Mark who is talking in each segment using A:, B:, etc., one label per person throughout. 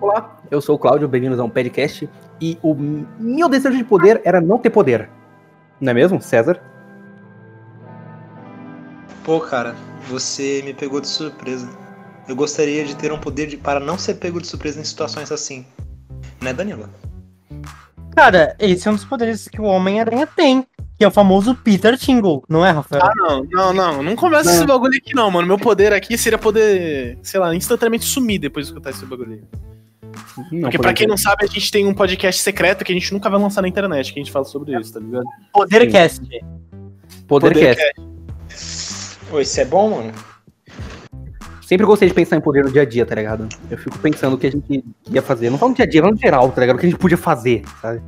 A: Olá, eu sou o Cláudio, bem-vindos a um podcast. E o meu desejo de poder era não ter poder. Não é mesmo, César?
B: Pô, cara, você me pegou de surpresa. Eu gostaria de ter um poder de, para não ser pego de surpresa em situações assim. Né, Danilo?
C: Cara, esse é um dos poderes que o Homem-Aranha tem, que é o famoso Peter Tingle, não é, Rafael?
D: Ah, não, não, não. Não começa
C: Não.
D: esse bagulho aqui, não, mano. Meu poder aqui seria poder, sei lá, instantaneamente sumir depois de escutar esse bagulho aí.
A: Não,
D: Porque pra quem não sabe, a gente tem um podcast secreto que a gente nunca vai lançar na internet, que a gente fala sobre isso, tá ligado?
C: Podercast.
A: Poder, é.
D: Poder é.
A: cast.
B: Ô, isso é bom, mano?
A: Sempre gostei de pensar em poder no dia a dia, tá ligado? Eu fico pensando o que a gente ia fazer. Não falo no dia a dia, mas no geral, tá ligado? O que a gente podia fazer, sabe?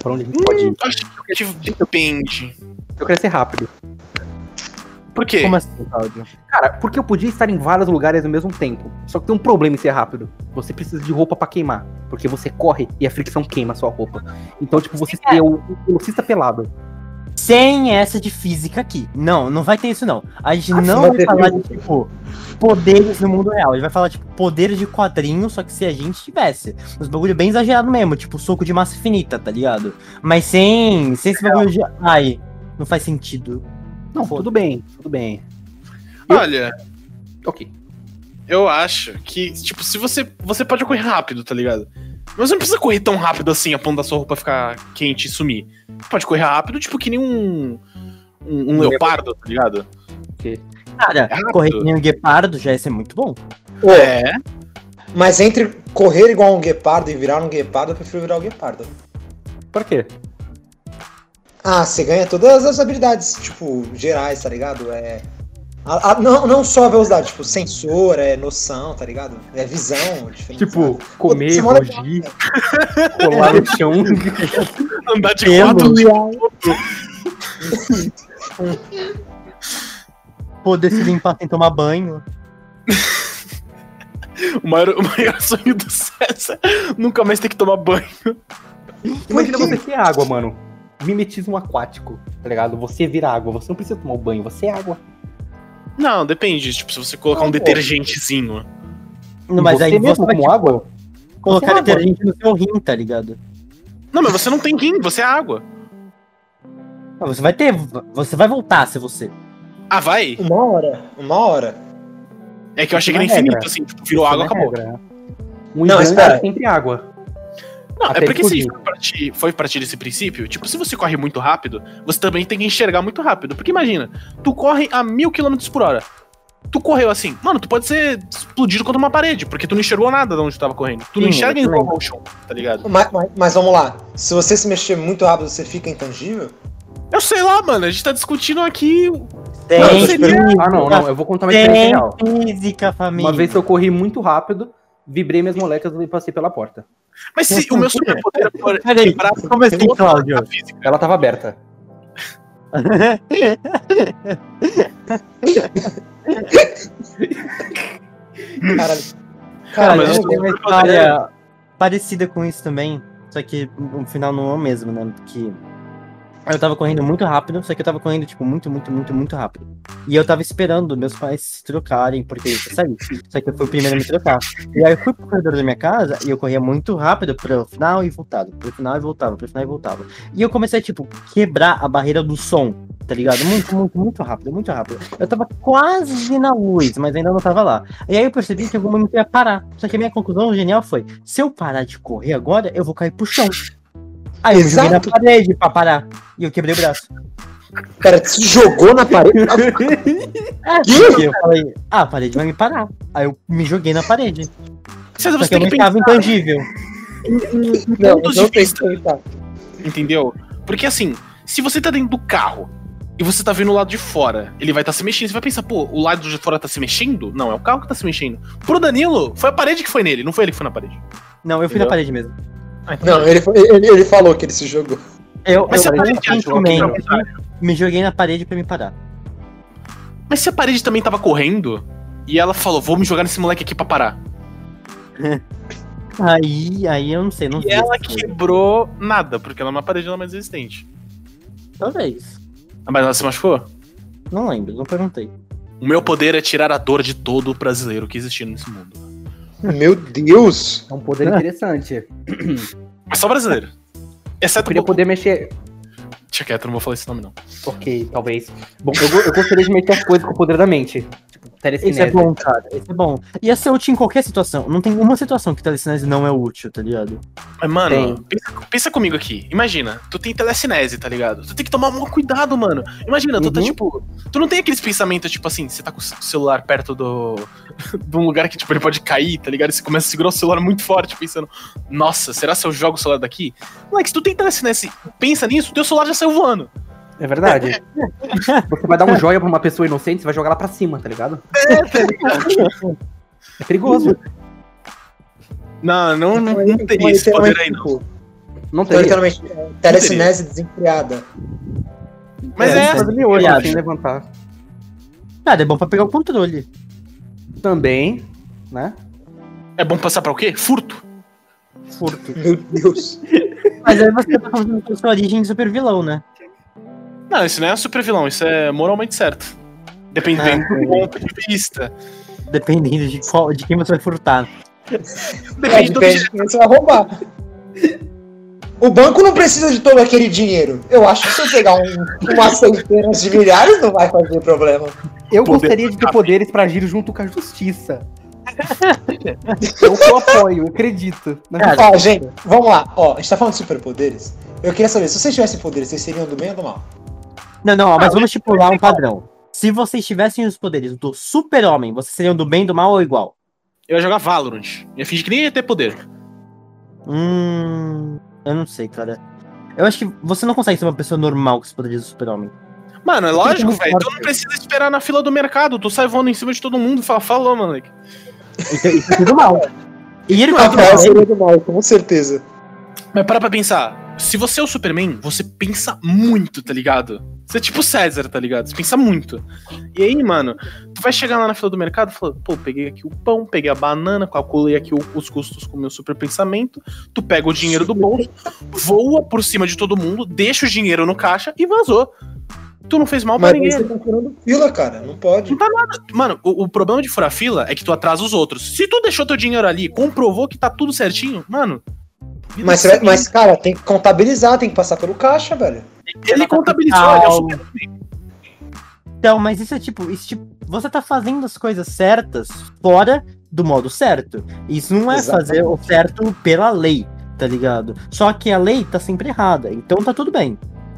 A: Pra onde a gente
D: Hum.
A: pode ir.
D: Acho que é tipo, depende.
A: Eu queria ser rápido.
D: Por quê?
C: Como assim, Cláudio?
A: Cara, porque eu podia estar em vários lugares ao mesmo tempo. Só que tem um problema em ser rápido. Você precisa de roupa pra queimar. Porque você corre e a fricção queima a sua roupa. Então, tipo, você é o um velocista pelado.
C: Sem essa de física aqui. Não, não vai ter isso, não. A gente
A: Ah,
C: não
A: vai
C: vai
A: ter
C: falar de,
A: isso.
C: tipo, poderes no mundo real. A gente vai falar, tipo, poderes de quadrinho, só que se a gente tivesse. Uns bagulho bem exagerado mesmo, tipo, soco de massa infinita, tá ligado? Mas sem, sem esse bagulho de. Ai, não faz sentido.
A: Não,
C: Foda.
A: tudo bem, tudo bem.
D: Olha,
A: Ok.
D: eu acho que, tipo, se você. Você pode correr rápido, tá ligado? Mas você não precisa correr tão rápido assim a ponto da sua roupa ficar quente e sumir. Pode correr rápido, tipo, que nem um. Um, um leopardo, tá ligado?
C: Cara,
D: Errado.
C: correr que nem um guepardo já ia ser muito bom.
D: É.
B: Mas entre correr igual um guepardo e virar um guepardo, eu prefiro virar um guepardo.
A: Pra quê?
B: Ah, você ganha todas as habilidades, tipo, gerais, tá ligado? É. a- a- não, não só a velocidade, tipo, sensor, é noção, tá ligado? É visão, diferenciada.
A: Tipo, comer,
B: Você mora-
A: rugir, colar no chão.
D: Andar de
C: Pelo.
D: quatro
C: Poder se limpar sem tomar banho.
D: O maior, o maior sonho do César nunca mais ter que tomar banho.
A: Imagina você que é água, mano. Mimetismo aquático, tá ligado? Você vira água, você não precisa tomar o banho, você é água.
D: Não, depende. Tipo, se você colocar um
A: Não, pô.
D: detergentezinho.
C: Não, mas
A: você
C: aí você
A: mesmo
C: vai
A: como água?
C: colocar
A: Você é água.
C: detergente no seu rim, tá ligado?
D: Não, mas você não tem rim, você é água.
C: Ah, Você vai ter. Você vai voltar se você.
D: Ah, vai?
B: Uma hora. Uma hora.
D: É que eu achei que
A: Não
D: era
A: é
D: infinito,
A: regra.
D: assim, tipo, virou
A: Isso
D: água,
A: não é
D: acabou.
A: regra. Um
B: Não,
A: não,
B: espera.
A: é sempre água.
D: Não,
A: Até
D: é porque se
A: explodir.
D: foi partir, foi partir desse princípio, tipo, se você corre muito rápido, você também tem que enxergar muito rápido. Porque imagina, tu corre a mil quilômetros por hora. Tu correu assim, mano, tu pode ser explodido contra uma parede, porque tu não enxergou nada de onde tu tava correndo. Tu não
C: Sim,
D: enxerga em slow
C: exatamente.
D: motion, tá ligado?
B: Mas, mas- mas vamos lá. Se você se mexer muito rápido, você fica intangível?
D: Eu sei lá, mano, a gente tá discutindo aqui
C: Tem
B: Não, você-
C: física,
A: Ah, não, não, eu vou contar uma experiência
C: tem
A: real.
C: física, família.
A: Uma vez eu corri muito rápido, vibrei minhas molecas e passei pela porta.
D: Mas se o meu superpoder for
C: Peraí,
D: quebrar
C: como assim,
D: toda
C: Cláudio?
D: a física,
A: Ela tava aberta.
B: Caralho.
C: Cara,
D: mas
B: Caralho.
C: eu
D: eu-
C: tenho uma história parecida com isso também. Só que no final não é o mesmo, né? Porque eu tava correndo muito rápido, só que eu tava correndo, tipo, muito, muito, muito, muito rápido. E eu tava esperando meus pais se trocarem, porque eu saí. Só que eu fui o primeiro a me trocar. E aí eu fui pro corredor da minha casa e eu corria muito rápido pro final e voltava. Pro final e voltava, pro final e voltava. E eu comecei a, tipo, quebrar a barreira do som, tá ligado? Muito, muito, muito rápido, muito rápido. Eu tava quase na luz, mas ainda não tava lá. E aí eu percebi que em algum momento eu ia parar. Só que a minha conclusão genial foi: se eu parar de correr agora, eu vou cair pro chão. Aí eu joguei na
B: Exato.
C: parede pra parar. E eu quebrei o braço.
B: Cara, se jogou na parede.
C: É, porque eu falei, ah, a parede vai me parar. Aí eu me joguei na parede.
D: César,
C: Só
D: você
C: que eu
D: tem
C: não
D: que
C: estava
D: pensar,
C: intangível.
B: Não,
D: Pontos
B: não
D: de
B: tem
D: vista.
B: que tentar.
D: entendeu? Porque assim, se você tá dentro do carro e você tá vendo o lado de fora, ele vai estar tá se mexendo, você vai pensar, pô, o lado de fora tá se mexendo? Não, é o carro que tá se mexendo. Pro Danilo, foi a parede que foi nele, não foi ele que foi na parede.
C: Não, eu fui na
D: Entendeu?
C: parede mesmo.
D: Ah, então
B: Não,
D: tá.
B: ele, foi- ele, ele falou que ele se jogou.
C: Eu,
D: Mas
C: eu
D: se a parede achou que era o
C: conscientemente me joguei na parede pra me parar.
D: Mas se a parede também tava correndo e ela falou, vou me jogar nesse moleque aqui pra parar.
C: Aí, aí eu não sei, não
D: E
C: sei.
D: ela quebrou nada, porque ela é uma parede ela é mais resistente.
C: Talvez.
D: Ah, Mas ela se machucou?
C: Não lembro, não perguntei.
D: O meu poder é tirar a dor de todo brasileiro que existir nesse mundo.
B: Meu Deus!
A: É um poder
C: Ah.
A: interessante.
D: É só brasileiro.
A: Eu
D: Exceto o
A: queria
D: Goku.
A: poder mexer.
D: Deixa quieto, eu não vou falar esse nome, não.
A: Ok, talvez. Bom, eu, go- eu gostaria de mexer as coisas com o poder da mente. Tipo,
C: Esse
A: telecinese.
C: é bom, cara. Esse é bom. Ia ser útil em qualquer situação. Não tem uma situação que telecinese não é útil, tá ligado?
D: Mas, mano, pensa, pensa comigo aqui. Imagina, tu tem telecinese, tá ligado? Tu tem que tomar um cuidado, mano. Imagina, tu tá
C: Uhum.
D: tipo. Tu não tem aqueles pensamentos, tipo assim, você tá com o celular perto do. de um lugar que, tipo, ele pode cair, tá ligado? E você começa a segurar o celular muito forte, pensando, nossa, será se eu jogo o celular daqui? Moleque, se tu tem telecinese, pensa nisso, teu celular já saiu voando.
A: É verdade. Você vai dar um joia pra uma pessoa inocente, você vai jogar ela pra cima, tá ligado? É perigoso.
D: Não, não, não, não teria
B: Então,
D: esse poder aí,
B: literalmente,
D: não.
B: tipo,
A: Não
B: então,
A: tem.
B: literalmente, é, telecinese desenfreada.
D: Mas
C: É,
D: é,
C: isso
A: Fazer miojo
C: Viado.
A: sem assim, levantar.
C: Cara, é bom pra pegar o controle.
A: Também, né?
D: é bom passar pra o quê? Furto.
A: Furto.
B: Meu Deus.
C: Mas aí você tá fazendo com a sua origem de super vilão, né?
D: Não, isso não é super vilão, isso é moralmente certo. Dependendo do ponto de vista.
C: Dependendo de, qual, de quem você vai furtar.
B: É,
D: Depende do
B: depende de quem você vai roubar. O banco não precisa de todo aquele dinheiro. Eu acho que se eu pegar um, umas centenas de milhares, não vai fazer problema.
A: Eu
D: Poder
A: gostaria de ter
D: da
A: poderes pra agir junto com a justiça. eu que apoio, eu acredito. Na
C: Cara,
B: Ó, gente, vamos lá. Ó, a gente tá falando de superpoderes. Eu queria saber, se vocês tivessem poderes, vocês seriam do bem ou do mal?
C: Não, não, ó, mas vamos estipular um padrão. Se vocês tivessem os poderes do super-homem, vocês seriam do bem, do mal ou igual?
D: Eu ia jogar Valorant. Ia fingir que nem ia ter poder.
C: Hum. Eu não sei, cara. Eu acho que você não consegue ser uma pessoa normal com os poderes do super-homem.
D: Mano, é lógico,
C: muito
D: velho. Tu não
C: forte.
D: precisa esperar na fila do mercado. Tu sai voando em cima de todo mundo e fala, falou, moleque.
C: Então, isso é do mal. E ele
B: Ah,
C: contra o
B: seria do mal, com certeza.
D: Mas para pra pensar. Se você é o Superman, você pensa muito, tá ligado? Você é tipo César, tá ligado? Você pensa muito. E aí, mano, tu vai chegar lá na fila do mercado e fala, pô, peguei aqui o pão, peguei a banana, calculei aqui o- os custos com o meu super pensamento, tu pega o dinheiro do bolso, voa por cima de todo mundo, deixa o dinheiro no caixa e vazou. Tu não fez mal pra
B: Mas
D: ninguém.
B: você tá furando fila, cara. Não pode.
D: Mano, o, o problema de furar fila é que tu atrasa os outros. Se tu deixou teu dinheiro ali, comprovou que tá tudo certinho, mano. vida
B: Mas, você
D: segue.
B: vai- mas, cara, tem que contabilizar, tem que passar pelo caixa, velho.
D: ele contabilizou, ele é o super-
C: Então, mas isso é tipo, isso, tipo, você tá fazendo as coisas certas fora do modo certo. Isso não é
B: Exatamente.
C: fazer o certo pela lei, tá ligado? Só que a lei tá sempre errada, então tá tudo bem.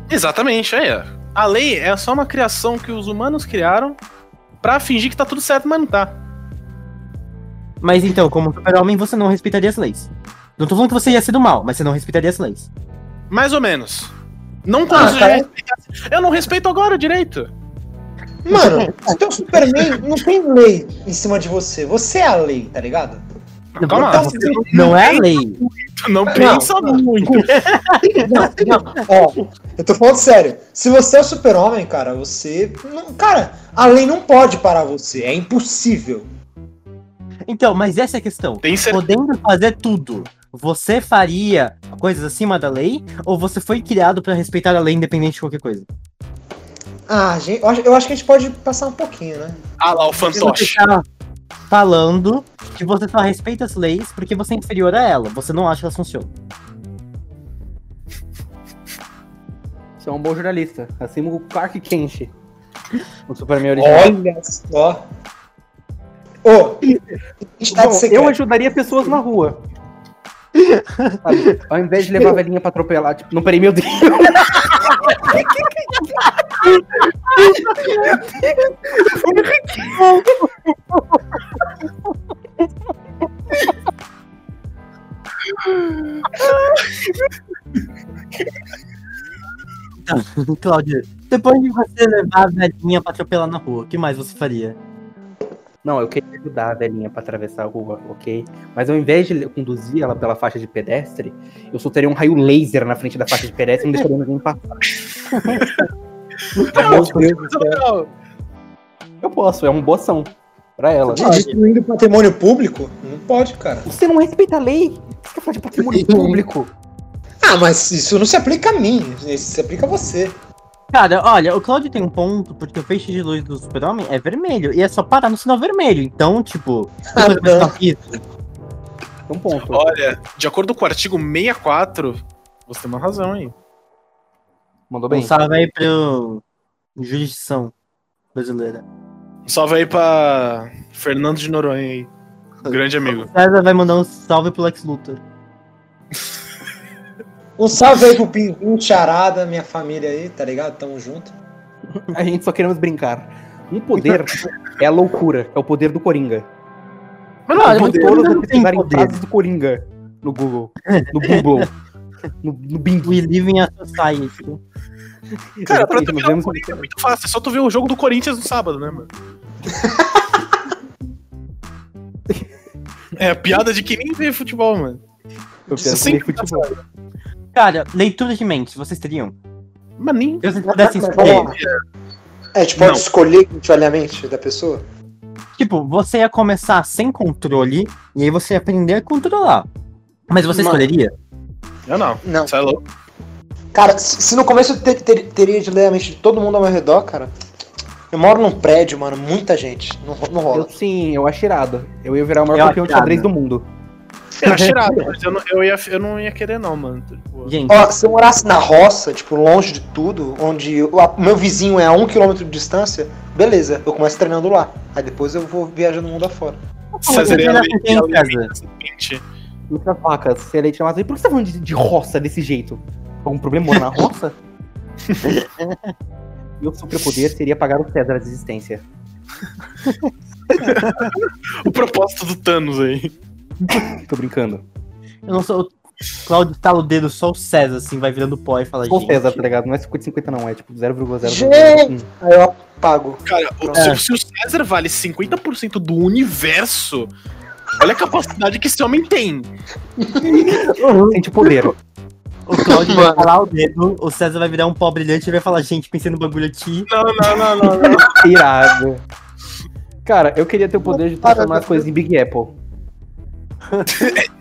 D: Exatamente, aí. ó. A lei é só uma criação que os humanos criaram pra fingir que tá tudo certo, mas não tá.
C: Mas então, como super-homem, você não respeitaria as leis. Não tô falando que você ia ser do mal, mas você não respeitaria as leis.
D: Mais ou menos. Não
B: Ah,
D: como se eu
B: cara.
D: respeitasse. Eu não respeito agora direito.
B: Mano, então Superman não tem lei em cima de você. Você é a lei, tá ligado?
D: Calma,
C: então,
D: você
C: não, não é a lei.
D: Tu não pensa muito.
B: Não, não. Ó, eu tô falando sério. Se você é o super-homem, cara, você. não- cara, a lei não pode parar você. É impossível.
C: Então, mas essa é a questão.
D: Tem certeza.
C: Podendo fazer tudo, você faria coisas acima da lei ou você foi criado pra respeitar a lei independente de qualquer coisa?
B: Ah, gente, eu acho, eu acho que a gente pode passar um pouquinho, né?
D: Ah lá, o
C: Você não
D: fantoche.
C: ficar falando que você só respeita as leis porque você é inferior a ela. Você não acha que elas funcionam.
A: Você é um bom jornalista. Assim como o Clark Kent. O Superman é original.
B: Olha só. Ô,
A: Bom,
B: identidade
A: eu
B: secreta.
A: ajudaria pessoas na rua. Sabe? Ao invés de levar a velhinha pra atropelar, tipo, não, peraí, meu Deus.
C: Cláudia, depois de você levar a velhinha pra atropelar na rua, o que mais você faria?
A: Não, eu queria ajudar a velhinha pra atravessar a rua, ok? Mas ao invés de conduzir ela pela faixa de pedestre, eu soltaria um raio laser na frente da faixa de pedestre e não deixaria ninguém passar.
B: Meu Deus do céu.
A: Eu posso, é uma boa ação pra ela.
B: De- Destruindo patrimônio público? Não pode, cara.
A: Você não respeita a lei. Você quer falar de patrimônio público?
B: Ah, mas isso não se aplica a mim. Isso se aplica a você.
C: Cara, olha, o Cláudio tem um ponto, porque o feixe de luz do super-homem é vermelho, e é só parar no sinal vermelho. Então, tipo,
B: Ah,
C: você vai
B: não.
C: falar isso,
A: Tem um ponto.
D: Olha, de acordo com o artigo 64, você tem uma razão aí.
A: Mandou
C: Um
A: bem.
C: salve aí pro Jurisdição Brasileira.
D: Um salve aí pra Fernando de Noronha aí. Grande amigo.
C: César vai mandar um salve pro Lex Luthor.
B: Um salve aí pro Pinguim, Charada, minha família aí, tá ligado? Tamo junto.
A: A gente só queremos brincar. Um poder é a loucura. É o poder do Coringa.
D: Mas não,
C: Olha,
D: o
C: Ah, mas
D: poder-
A: Todos
C: não
A: vão
C: tem
A: pesquisar em
C: poder.
A: frases do Coringa no Google. No Google. No, no Bing.
C: We live in a society.
D: Cara, pra
A: Exatamente,
D: tu
A: nós
D: virar um
A: vemos-
D: Coringa é muito fácil. É só tu ver o jogo do Corinthians no sábado, né, mano? é, piada de quem nem vê futebol, mano.
A: Eu
D: Isso
A: quero
D: sempre
A: ver futebol.
C: Cara, leitura de mentes, vocês teriam?
D: Mas nem...
C: Eu se pudesse
B: Mas
C: escolher.
B: vamos lá. É, a gente
D: Não.
B: pode escolher escolher a mente da pessoa?
C: Tipo, você ia começar sem controle, e aí você ia aprender a controlar. Mas você
B: Mano.
C: escolheria?
D: Eu não.
B: Não.
D: Você é louco.
B: Cara, se se no começo eu ter- ter- teria de ler a mente de todo mundo ao meu redor, cara. Eu moro num prédio, mano, muita gente. Não, ro- não rola.
A: Eu sim, eu acho irado. Eu ia virar o
C: Eu
A: maior
C: acho
A: campeão de
C: irado.
A: xadrez do mundo.
D: Era cheirado, mas eu não, eu, ia, eu não ia querer, não, mano. Tipo,
C: Gente,
B: Ó, se eu morasse na roça, tipo, longe de tudo, onde o a- meu vizinho é a um quilômetro de distância, beleza, eu começo treinando lá. Aí depois eu vou viajando o mundo afora.
D: César
C: você
D: ia
C: já
D: ler-
C: tem
D: ia ler
C: César.
D: mentes, mente.
A: Muitas vacas, selete de Por que você tá falando de, de roça desse jeito? Algum problema morar na roça? Meu superpoder seria pagar o César a desistência.
D: O propósito do Thanos aí.
A: Tô brincando.
C: eu não sou. o Claudio tala o dedo, só o César, assim, vai virando pó e fala,
A: Ou
C: gente.
A: César, tá ligado? Não é 50-50 não, é tipo 0,0.
B: Gente! Aí eu apago.
D: Cara, o- se, se o César vale 50% do universo, olha a capacidade que esse homem tem.
A: Sente o poder.
C: O Claudio vai falar o dedo, o César vai virar um pó brilhante e vai falar, gente, pensei no bagulho aqui.
D: Não, não, não, não.
A: Irado. Cara, eu queria ter o poder de transformar as coisas em Big Apple.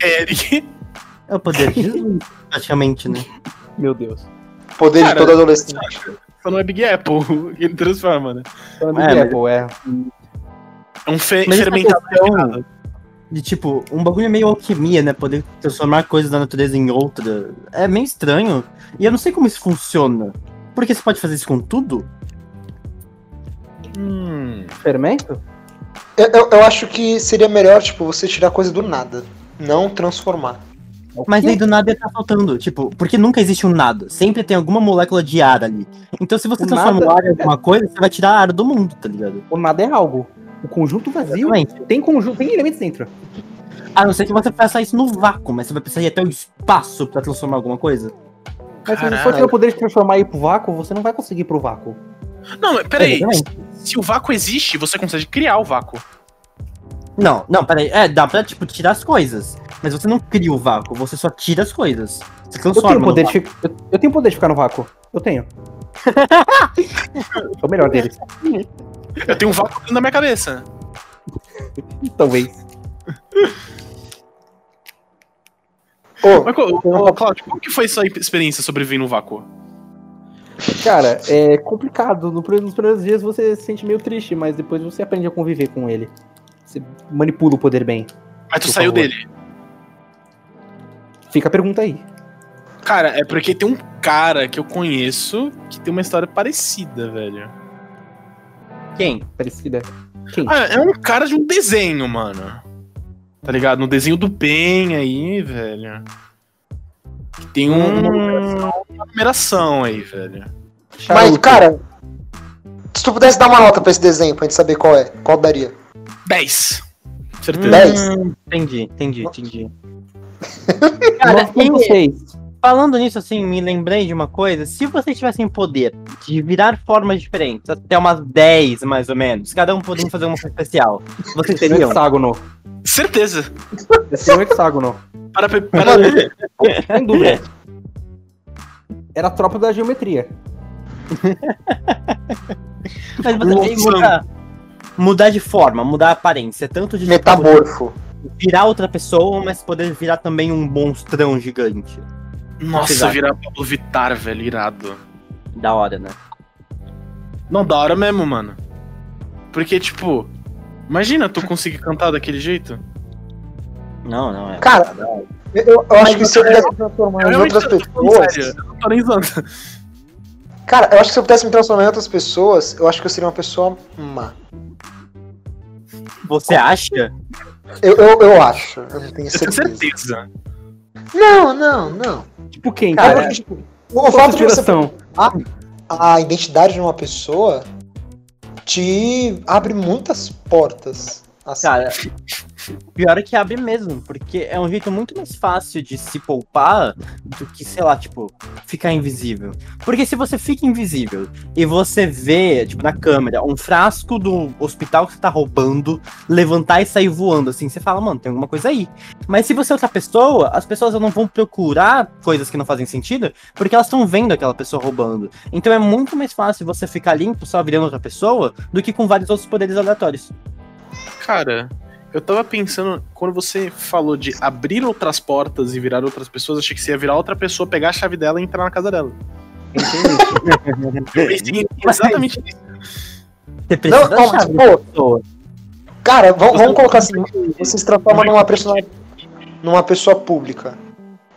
D: Eric.
C: É o poder de Jesus, É, praticamente, né?
A: Meu Deus.
B: Poder
D: Cara,
B: de todo adolescente.
D: Só não é Big Apple. Ele transforma, né?
A: Então, Big
C: É, mas-
A: Apple, é.
D: É um fe
C: Mas essa
D: fermentador.
C: questão de tipo, um bagulho meio alquimia, né? Poder transformar coisas da natureza em outra. É meio estranho. E eu não sei como isso funciona. Porque você pode fazer isso com tudo?
D: Hum.
A: Fermento?
B: Eu, eu, eu acho que seria melhor, tipo, você tirar coisa do nada. Não transformar.
C: Mas aí do nada ia tá faltando. Tipo, porque nunca existe um nada. Sempre tem alguma molécula de ar ali. Então se você
A: O
C: transforma
A: nada-
C: o ar em alguma coisa, você vai tirar ar do mundo, tá ligado?
A: O nada é algo. O conjunto vazio
C: Exatamente.
A: tem conjunto, tem elementos dentro.
C: A não ser que você faça isso no vácuo, mas você vai precisar ir até o espaço pra transformar alguma coisa.
A: Mas se você for
D: Caralho.
A: ter o poder de transformar e ir pro vácuo, você não vai conseguir ir pro vácuo.
D: Não, mas peraí.
C: Exatamente.
D: Se o vácuo existe, você consegue criar o vácuo.
C: Não, não, peraí. É, dá pra, tipo, tirar as coisas. Mas você não cria o vácuo, você só tira as coisas. Você
A: Eu
C: transforma.
A: tenho,
C: no
A: poder de,
C: vácuo.
A: fi- eu, eu tenho poder de ficar no vácuo. Eu tenho. é o melhor deles.
D: Eu tenho um vácuo dentro da minha cabeça.
A: Talvez.
B: Ô,
D: Mas, ô, ô, Claudio, como que foi sua experiência sobreviver no vácuo?
A: Cara, é complicado. No pr- Nos primeiros dias você se sente meio triste, mas depois você aprende a conviver com ele. Você manipula o poder bem.
D: Mas tu
A: Por
D: saiu
A: favor.
D: dele.
A: Fica a pergunta aí.
D: Cara, é porque tem um cara que eu conheço que tem uma história parecida, velho.
C: Quem?
A: Parecida. Quem?
D: Ah, é um cara de um desenho, mano. Tá ligado? No desenho do Ben aí, velho. Que tem um-
A: Hum,
D: uma
C: Hum.
D: numeração- uma numeração aí, velho. tá
B: mas,
A: Charuto.
B: cara, se tu pudesse dar uma nota pra esse desenho, pra gente saber qual é, qual daria?
D: 10. Certeza.
B: Dez.
C: Hum, entendi, entendi, entendi. Cara, é?
A: Nós com
C: e-
A: vocês.
C: falando nisso, assim, me lembrei de uma coisa. Se vocês tivessem poder de virar formas diferentes, até umas 10 mais ou menos, cada um podendo fazer uma coisa especial, vocês
A: Tem um
C: teriam?
A: hexágono.
D: Certeza.
A: Tem um hexágono.
D: Para, para,
A: Sem dúvida. Era a tropa da geometria.
C: Mas você tem que
D: Nossa.
C: mudar, mudar de forma, mudar a aparência. Tanto de tipo,
B: Metamorfo.
C: virar outra pessoa, mas poder virar também um monstrão gigante.
D: Nossa,
C: Exato.
D: virar Pablo Vittar, velho, irado.
C: Da hora, né?
D: Não, da hora mesmo, mano. Porque, tipo, imagina tu conseguir cantar daquele jeito.
C: Não, não, é.
B: Cara, eu, eu acho que se eu
D: é-
B: pudesse me transformar em
D: realmente
B: outras
D: tô- tô falando
B: pessoas.
D: sério, eu não tô nem zoando.
B: Cara, eu acho que se eu pudesse me transformar em outras pessoas, eu acho que eu seria uma pessoa má.
C: Você acha?
B: Eu, eu, eu acho, eu não tenho
D: Eu tenho
B: certeza.
D: certeza.
B: Não, não, não.
A: Tipo quem,
B: Cara,
A: cara?
B: porque, tipo, o
A: Qual a
B: fato de você
A: sugestão?
B: a identidade de uma pessoa te abre muitas portas. Assim.
C: Cara, pior é que abre mesmo, porque é um jeito muito mais fácil de se poupar do que, sei lá, tipo, ficar invisível. Porque se você fica invisível e você vê, tipo, na câmera, um frasco do hospital que você tá roubando, levantar e sair voando, assim, você fala, mano, tem alguma coisa aí. Mas se você é outra pessoa, as pessoas não vão procurar coisas que não fazem sentido, porque elas estão vendo aquela pessoa roubando. Então é muito mais fácil você ficar limpo só virando outra pessoa do que com vários outros poderes aleatórios.
D: Cara, eu tava pensando, quando você falou de abrir outras portas e virar outras pessoas, achei que você ia virar outra pessoa, pegar a chave dela e entrar na casa dela. Eu
A: é
D: pensei exatamente nisso.
C: Você
B: não,
C: precisa
B: não,
C: achar né?
B: mas, pô,
C: pessoa.
B: cara, vamos, vamos colocar assim, você se transforma numa pessoa, numa pessoa pública.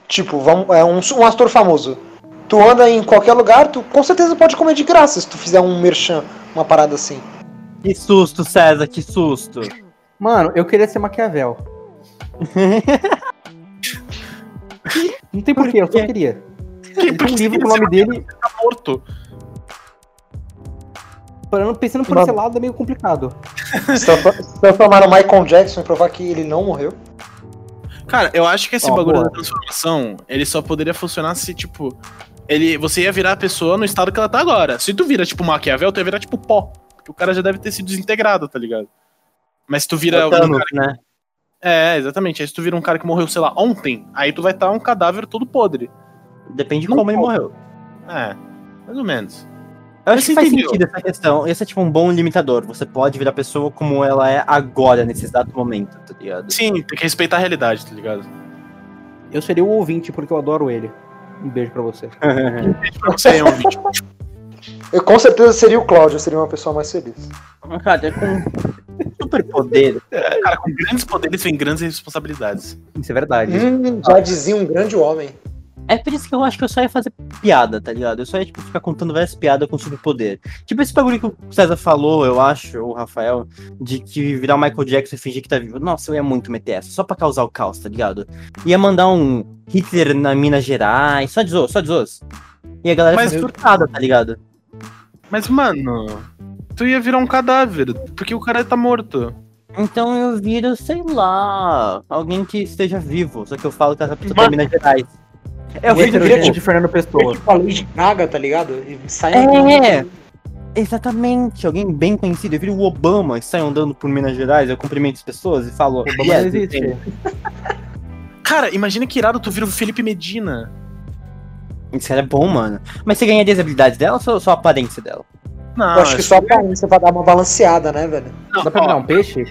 B: Tipo, vamos, é um, su- um ator famoso. Tu anda em qualquer lugar, tu com certeza pode comer de graça se tu fizer um merchan, uma parada assim.
C: Que susto, César, que susto.
A: Mano, eu queria ser Maquiavel. Não tem porquê, eu só
C: quê?
A: queria.
D: Que-
A: Ele tem
D: Porque
A: um
D: você
A: livro com o nome dele,
D: tá morto.
A: pra- pensando por
B: Mano.
A: esse lado é meio complicado.
B: Se transfor- se transformar no Michael Jackson e provar que ele não morreu.
D: Cara, eu acho que esse
A: Ó,
D: bagulho
A: boa.
D: da transformação, ele só poderia funcionar se, tipo, ele, você ia virar a pessoa no estado que ela tá agora. Se tu vira, tipo, Maquiavel, tu ia virar, tipo, pó. Porque o cara já deve ter sido desintegrado, tá ligado? Mas se tu vira. um
C: Thanos,
D: cara-
C: né?
D: é, exatamente. Aí se tu vira um cara que morreu, sei lá, ontem, aí tu vai estar um cadáver todo podre.
C: Depende de
D: Não
C: como ele
D: pode.
C: morreu.
D: É, mais ou menos.
C: Eu
D: Mas
C: acho
D: você
C: que faz
D: entendeu.
C: sentido essa questão. Esse é tipo um bom limitador. Você pode virar a pessoa como ela é agora, nesse exato momento, tá ligado?
D: Sim, tem que respeitar a realidade, tá ligado?
A: Eu seria o ouvinte, porque eu adoro ele. Um beijo pra você.
D: Você é um vídeo.
B: Eu com certeza seria o Cláudio, eu seria uma pessoa mais feliz.
C: Cara, é com super poder.
D: Cara, com grandes poderes vem grandes responsabilidades.
A: Isso é verdade.
B: Hum, já dizia um grande homem.
C: É por isso que eu acho que eu só ia fazer piada, tá ligado? Eu só ia, tipo, ficar contando várias piadas com superpoder. Tipo esse bagulho que o César falou, eu acho, ou o Rafael, de que virar o Michael Jackson e fingir que tá vivo. Nossa, eu ia muito meter essa, só pra causar o caos, tá ligado? Ia mandar um Hitler na Minas Gerais, só de zoos, só de zoos. E a galera
D: Mas-
C: fica surtada, tá ligado?
D: Mas, mano, tu ia virar um cadáver, porque o cara tá morto.
C: Então eu viro, sei lá, alguém que esteja vivo, só que eu falo que essa pessoa tá
D: Mano.
C: em Minas Gerais. Eu
A: é
B: Esse
C: viro,
B: eu queria
A: de Fernando Pessoa.
B: Tipo a Lady Gaga, tá ligado? E sai
C: É, exatamente. Alguém bem conhecido. Eu viro o Obama e saio andando por Minas Gerais, eu cumprimento as pessoas e falo.
A: Obama
C: "Yes,
A: não existe.
C: entendo."
D: Cara, imagina que irado tu vira o Felipe Medina.
C: Esse cara é bom, mano. Mas você ganha as habilidades dela ou só, só a aparência dela?
D: Não,
B: Eu acho que só a aparência vai dar uma balanceada, né, velho?
D: não,
A: Dá pra virar
D: ó,
A: um peixe?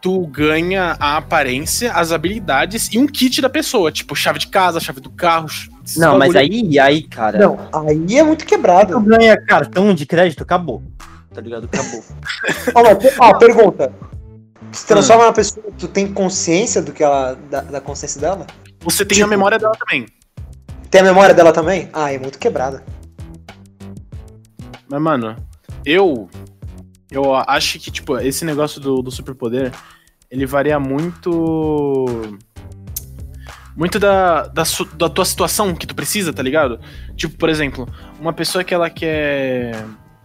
D: tu ganha a aparência, as habilidades e um kit da pessoa, tipo chave de casa, chave do carro. ch- esses
C: Não, mas
D: bagulho.
C: aí, aí, cara.
B: Não, aí é muito
C: Tu
B: quebrado.
C: ganha cartão de crédito, acabou. Tá ligado? Acabou.
B: Ó, mas tem- ó, pergunta. Se transforma na pessoa, tu tem consciência do que ela. Da, da consciência dela?
D: você tem a
B: tipo-
D: memória dela também.
B: Tem a memória dela também? Ah, é muito quebrada.
D: Mas mano, eu eu acho que tipo esse negócio do, do superpoder ele varia muito muito da, da, su- da tua situação que tu precisa, tá ligado? Tipo, por exemplo, uma pessoa que ela quer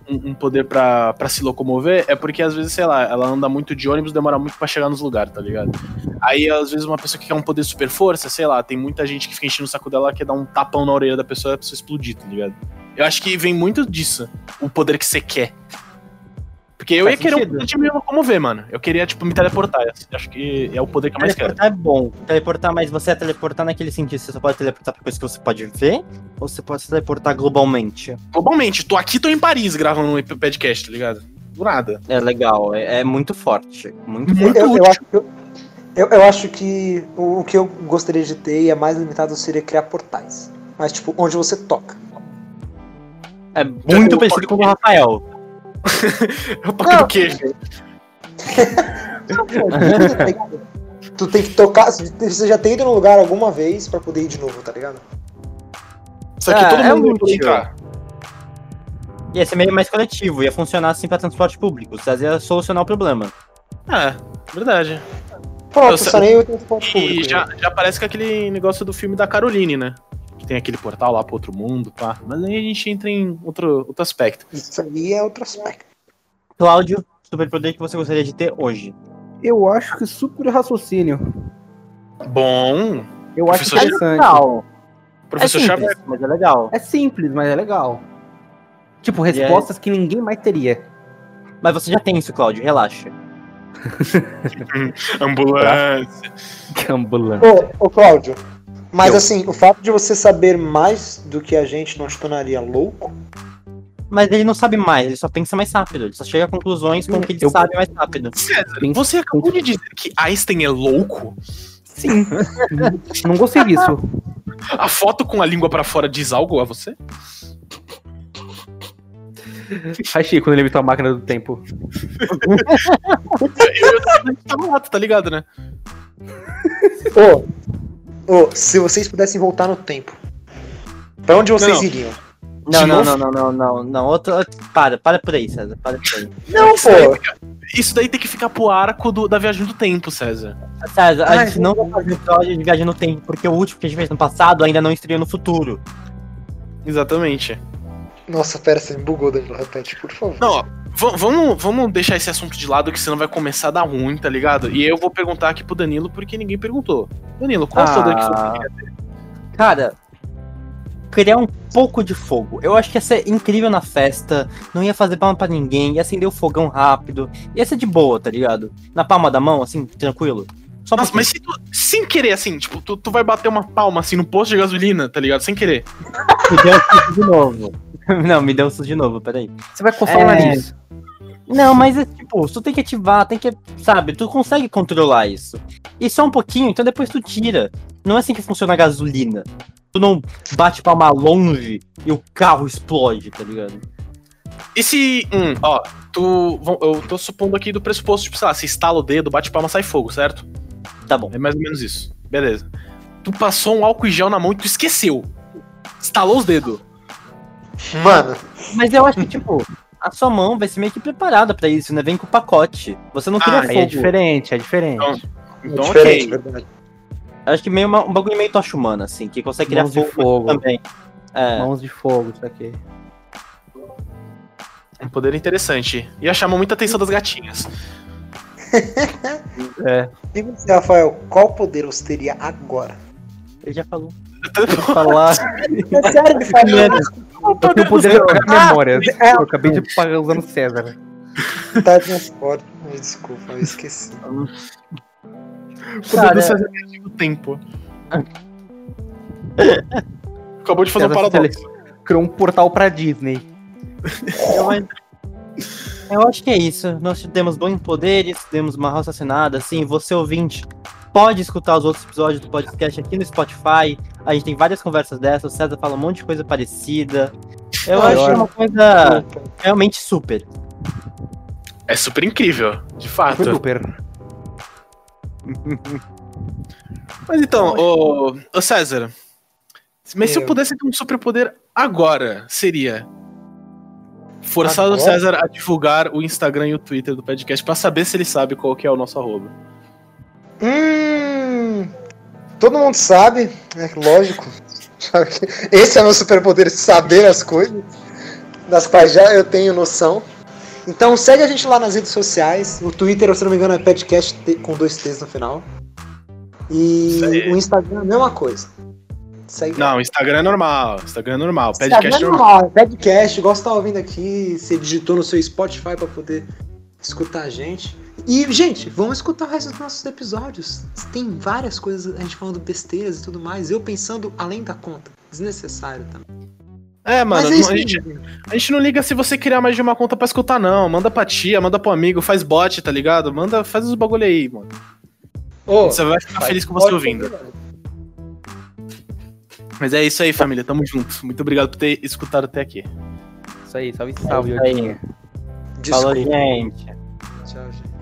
D: um, um poder pra, pra se locomover é porque às vezes, sei lá, ela anda muito de ônibus, demora muito pra chegar nos lugares, tá ligado? Aí às vezes uma pessoa que quer um poder de super força, sei lá, tem muita gente que fica enchendo o saco dela, quer dar um tapão na orelha da pessoa e a pessoa explodir, tá ligado? Eu acho que vem muito disso, o poder que você quer. Porque eu
C: Faz
D: ia querer um
C: sentido.
D: poder de me locomover, mano. Eu queria, tipo, me teleportar. Eu Acho que é o poder que eu mais quero.
C: teleportar é bom. Teleportar, mas você é teleportar naquele sentido. Você só pode teleportar pra coisa que você pode ver, ou você pode se teleportar globalmente.
D: Globalmente, tô aqui, tô em Paris gravando um podcast, tá ligado? Do nada.
C: É legal, é, é muito forte. Muito
D: Muito
B: Eu, eu
D: útil.
B: acho que. Eu, eu, eu acho que o, o que eu gostaria de ter e é mais limitado seria criar portais. Mas, tipo, onde você toca.
C: É muito parecido com o do Rafael.
D: Eu toco
B: Não.
D: do queijo.
B: Não, pô, tá ligado? tu tem que tocar. Você já tem ido no lugar alguma vez pra poder ir de novo, tá ligado?
D: Isso aqui
C: Ah,
D: todo
C: é
D: mundo
C: um
D: tem que
C: motivo.
D: entrar.
C: Ia ser meio mais coletivo, ia funcionar assim pra transporte público. Trazer a solucionar o problema.
D: É, verdade. né?
B: Pronto,
D: Eu sa-
B: sanei o transporte
D: E
B: público.
D: já, já parece que aquele negócio do filme da Caroline, né? Que tem aquele portal lá pro outro mundo, pá. Mas aí a gente entra em outro, outro aspecto.
B: Isso aí é outro aspecto.
C: Cláudio, superpoder que você gostaria de ter hoje.
A: Eu acho que super raciocínio.
D: Bom,
A: Eu acho
D: Professor
A: interessante.
C: É Legal.
D: professor
C: é
D: Xavier.
C: simples, mas é legal.
A: É simples, mas é legal. Tipo, respostas que ninguém mais teria.
C: Mas você já tem isso, Cláudio, relaxa.
D: Ambulância.
A: Ambulância.
B: Ô, ô Cláudio, mas
A: Eu.
B: assim, o fato de você saber mais do que a gente não te tornaria louco?
C: Mas ele não sabe mais, ele só pensa mais rápido. Ele só chega a conclusões com o que ele
A: Eu-
C: sabe mais rápido.
D: César, você acabou de dizer que Einstein é louco?
A: Sim. Não gostei disso.
D: A foto com a língua pra fora diz algo a você?
A: Achei quando ele imitou a máquina do tempo.
D: Tá barato, tá ligado, né?
B: Ô, ô, se vocês pudessem voltar no tempo, pra onde vocês
D: Não.
B: iriam?
C: Não,
D: De
C: não, não,
D: novo?
C: não, não, não, não. Outro, outro- para, para por aí, César, para por aí.
B: Não,
D: Isso daí,
B: pô.
D: fica- isso daí tem que ficar pro arco do- da viagem do tempo, César.
C: César, a
A: Ai,
C: gente não vai fazer episódio de viagem no tempo, porque o último que a gente fez no passado ainda não estreou no futuro.
D: Exatamente.
B: Nossa, pera, você me bugou, Danilo. Repete, por favor.
D: Não, ó, va- vamos, vamos deixar esse assunto de lado, que senão vai começar a dar ruim, tá ligado? E eu vou perguntar aqui pro Danilo, porque ninguém perguntou. Danilo, qual o seu poder que você quer?
C: Cara, criar um pouco de fogo. Eu acho que ia ser incrível na festa, não ia fazer palma pra ninguém, ia acender o fogão rápido, ia ser de boa, tá ligado? Na palma da mão, assim, tranquilo. Só
D: Nossa,
C: pra-
D: mas se tu, sem querer, assim, tipo, tu, tu vai bater uma palma, assim, no posto de gasolina, tá ligado? Sem querer.
C: Me deu um susto de novo. Não, me deu um susto de novo, peraí.
A: Você vai coçar
C: É.
A: o nariz.
C: Não, mas é tipo, tu tem que ativar, tem que. Sabe, tu consegue controlar isso. E só um pouquinho, então depois tu tira. Não é assim que funciona a gasolina. Tu não bate palma longe e o carro explode, tá ligado?
D: E se, hum, ó, tu, vão- eu tô supondo aqui do pressuposto, tipo, sei lá, se estala o dedo, bate palma, sai fogo, certo?
C: Tá bom.
D: É mais ou menos isso. Beleza. Tu passou um álcool em gel na mão e tu esqueceu. Estalou os dedos.
B: Mano,
C: Mas eu acho que, tipo, a sua mão vai ser meio que preparada pra isso, né? Vem com o pacote. Você não cria
D: Ah,
A: Aí é
C: fogo.
A: diferente, é diferente.
D: Então,
B: é
D: Então,
B: diferente,
D: ok.
B: verdade.
C: Eu acho que meio uma- um bagulho meio tocha humana, assim, que consegue criar
A: Mãos de
C: fogo,
A: fogo.
C: também. É.
A: Mãos de fogo, isso aqui.
D: Um poder interessante. Ia chamar muita atenção das gatinhas.
A: É.
B: E você, Rafael, qual poder você teria agora?
C: Ele já falou.
A: Falar.
B: É sério, ele falou.
A: Eu tenho o poder de apagar memórias. Eu acabei de pagar usando César.
B: Tá de transporte. Me desculpa, eu esqueci.
D: Poder
B: é.
C: Cara,
D: do César Castro do tempo. Acabou de fazer um
A: César
D: paradoxo.
A: Criou um portal pra Disney.
C: Eu, acho- eu acho que é isso. Nós temos bons poderes, temos uma roça assinada, assim, você ouvinte pode escutar os outros episódios do podcast aqui no Spotify. A gente tem várias conversas dessas, o César fala um monte de coisa parecida. Eu
B: Ah,
C: acho
B: olha.
C: uma
D: Ah,
C: coisa realmente super.
D: É super incrível, de fato.
A: Super.
D: Mas então, ô, ô César, mas se eu
B: Eu.
D: pudesse ter um superpoder agora, seria forçar o
B: Agora?
D: César a divulgar o Instagram e o Twitter do podcast pra saber se ele sabe qual que é o nosso arroba.
B: Hum, todo mundo sabe, né? Lógico. Sabe que Esse é o meu superpoder, saber as coisas, das quais já eu tenho noção. Então segue a gente lá nas redes sociais. O Twitter, se não me engano, é podcast T- com dois T's no final. E
D: Isso aí.
B: o Instagram é a mesma coisa. Segue lá.
D: Não, o Instagram é normal, Instagram é normal,
B: Instagram
D: podcast é
B: é
D: normal.
B: normal, podcast, igual você tá ouvindo aqui, você digitou no seu Spotify pra poder escutar a gente. E, gente, vão escutar o resto dos nossos episódios. Tem várias coisas, a gente falando besteiras e tudo mais, eu pensando além da conta. Desnecessário também.
D: É, mano,
B: Mas é isso,
D: a, gente,
B: aí, gente.
D: a gente não liga se você criar mais de uma conta pra escutar, não. Manda pra tia, manda pro amigo, faz bot, tá ligado? Manda, faz os bagulho aí, mano.
B: Ô,
D: Você vai ficar
B: vai,
D: feliz com
B: pode
D: você ouvindo.
B: continuar.
D: Mas é isso aí, família. Tamo junto. Muito obrigado por ter escutado até aqui.
A: Isso aí, salve, salve,
C: É isso aí.
A: Yodinha.
B: Desculpa.
C: Falou, gente.
B: Tchau, gente.